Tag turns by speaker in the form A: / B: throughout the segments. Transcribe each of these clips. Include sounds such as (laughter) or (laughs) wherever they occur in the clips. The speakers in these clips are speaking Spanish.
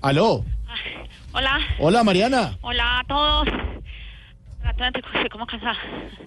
A: Aló.
B: Ah, Hola.
A: Hola, Mariana.
B: Hola a todos. Trato de- Estoy como cansada.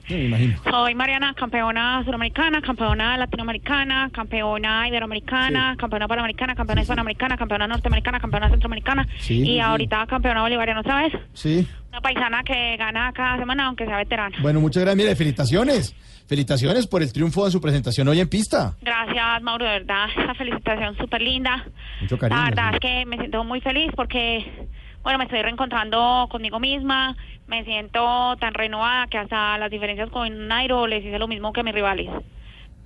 A: No me imagino.
B: Soy Mariana, campeona suramericana, campeona latinoamericana, campeona iberoamericana, campeona panamericana, campeona hispanoamericana, campeona norteamericana, campeona centroamericana
A: Sí, sí,
B: y
A: sí.
B: ahorita campeona bolivariana, ¿sabes?
A: Sí.
B: Una paisana que gana cada semana aunque sea veterana.
A: Bueno, muchas gracias. Mire, felicitaciones. Felicitaciones por el triunfo en su presentación hoy en pista.
B: Gracias, Mauro, de verdad. Esa felicitación súper linda.
A: Mucho cariño,
B: La verdad
A: sí.
B: es que me siento muy feliz porque, bueno, me estoy reencontrando conmigo misma. Me siento tan renovada que hasta las diferencias con Nairo les hice lo mismo que a mis rivales.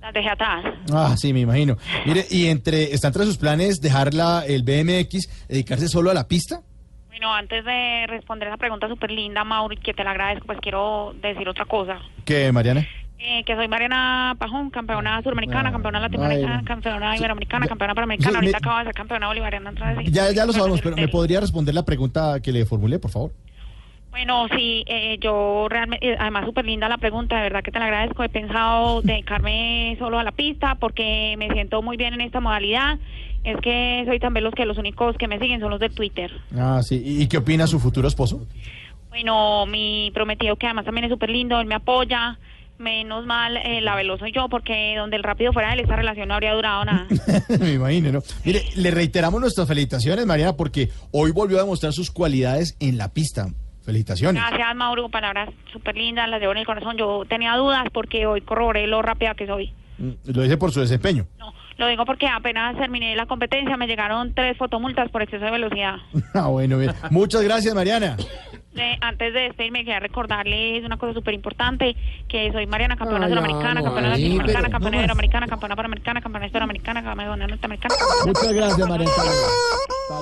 B: Las dejé atrás.
A: Ah, sí, me imagino. Mire, y entre está entre sus planes dejar la, el BMX, dedicarse solo a la pista.
B: Bueno, antes de responder esa pregunta súper linda, Mauro, y que te la agradezco, pues quiero decir otra cosa.
A: ¿Qué, Mariana?
B: Eh, que soy Mariana Pajón, campeona suramericana,
A: Ah,
B: campeona latinoamericana,
A: Mariana.
B: campeona iberoamericana,
A: ya-
B: campeona panamericana.
A: sí, me-
B: Ahorita acabo de ser campeona bolivariana. entonces-
A: Ya, ya lo sabemos, pero ¿me
B: Del-
A: podría responder la pregunta que le formulé, por favor?
B: Bueno, sí, eh, yo realmente, eh, además súper linda la pregunta, de verdad que te la agradezco. He pensado dedicarme solo a la pista porque me siento muy bien en esta modalidad. Es que soy tan veloz que los únicos que me siguen son los de Twitter.
A: Ah, sí. ¿Y, y qué opina su futuro esposo? (laughs)
B: Bueno, mi prometido que además también es súper lindo, él me apoya. Menos mal, eh, la veloz soy yo, porque donde el rápido fuera él, esta relación no habría durado nada.
A: Me imagino, ¿no? Mire, le reiteramos nuestras felicitaciones, Mariana, porque hoy volvió a demostrar sus cualidades en la pista. Felicitaciones.
B: Gracias, Mauro, palabras súper lindas, las llevo en el corazón. Yo tenía dudas porque hoy corroboré lo rápida que soy.
A: Mm, Lo dice por su desempeño. (laughs)
B: No, lo digo porque apenas terminé la competencia, me llegaron tres fotomultas por exceso de velocidad.
A: Ah, bueno, bien. Muchas gracias, Mariana.
B: De- antes de despedirme, quería recordarles una cosa súper importante, que soy Mariana, campeona
C: Ay,
B: suramericana,
C: no,
B: campeona
C: ahí,
B: latinoamericana,
C: pero,
B: campeona
C: no más.
B: iberoamericana, campeona panamericana, campeona hispanoamericana, campeona norteamericana.
A: Muchas gracias, Mariana. Hasta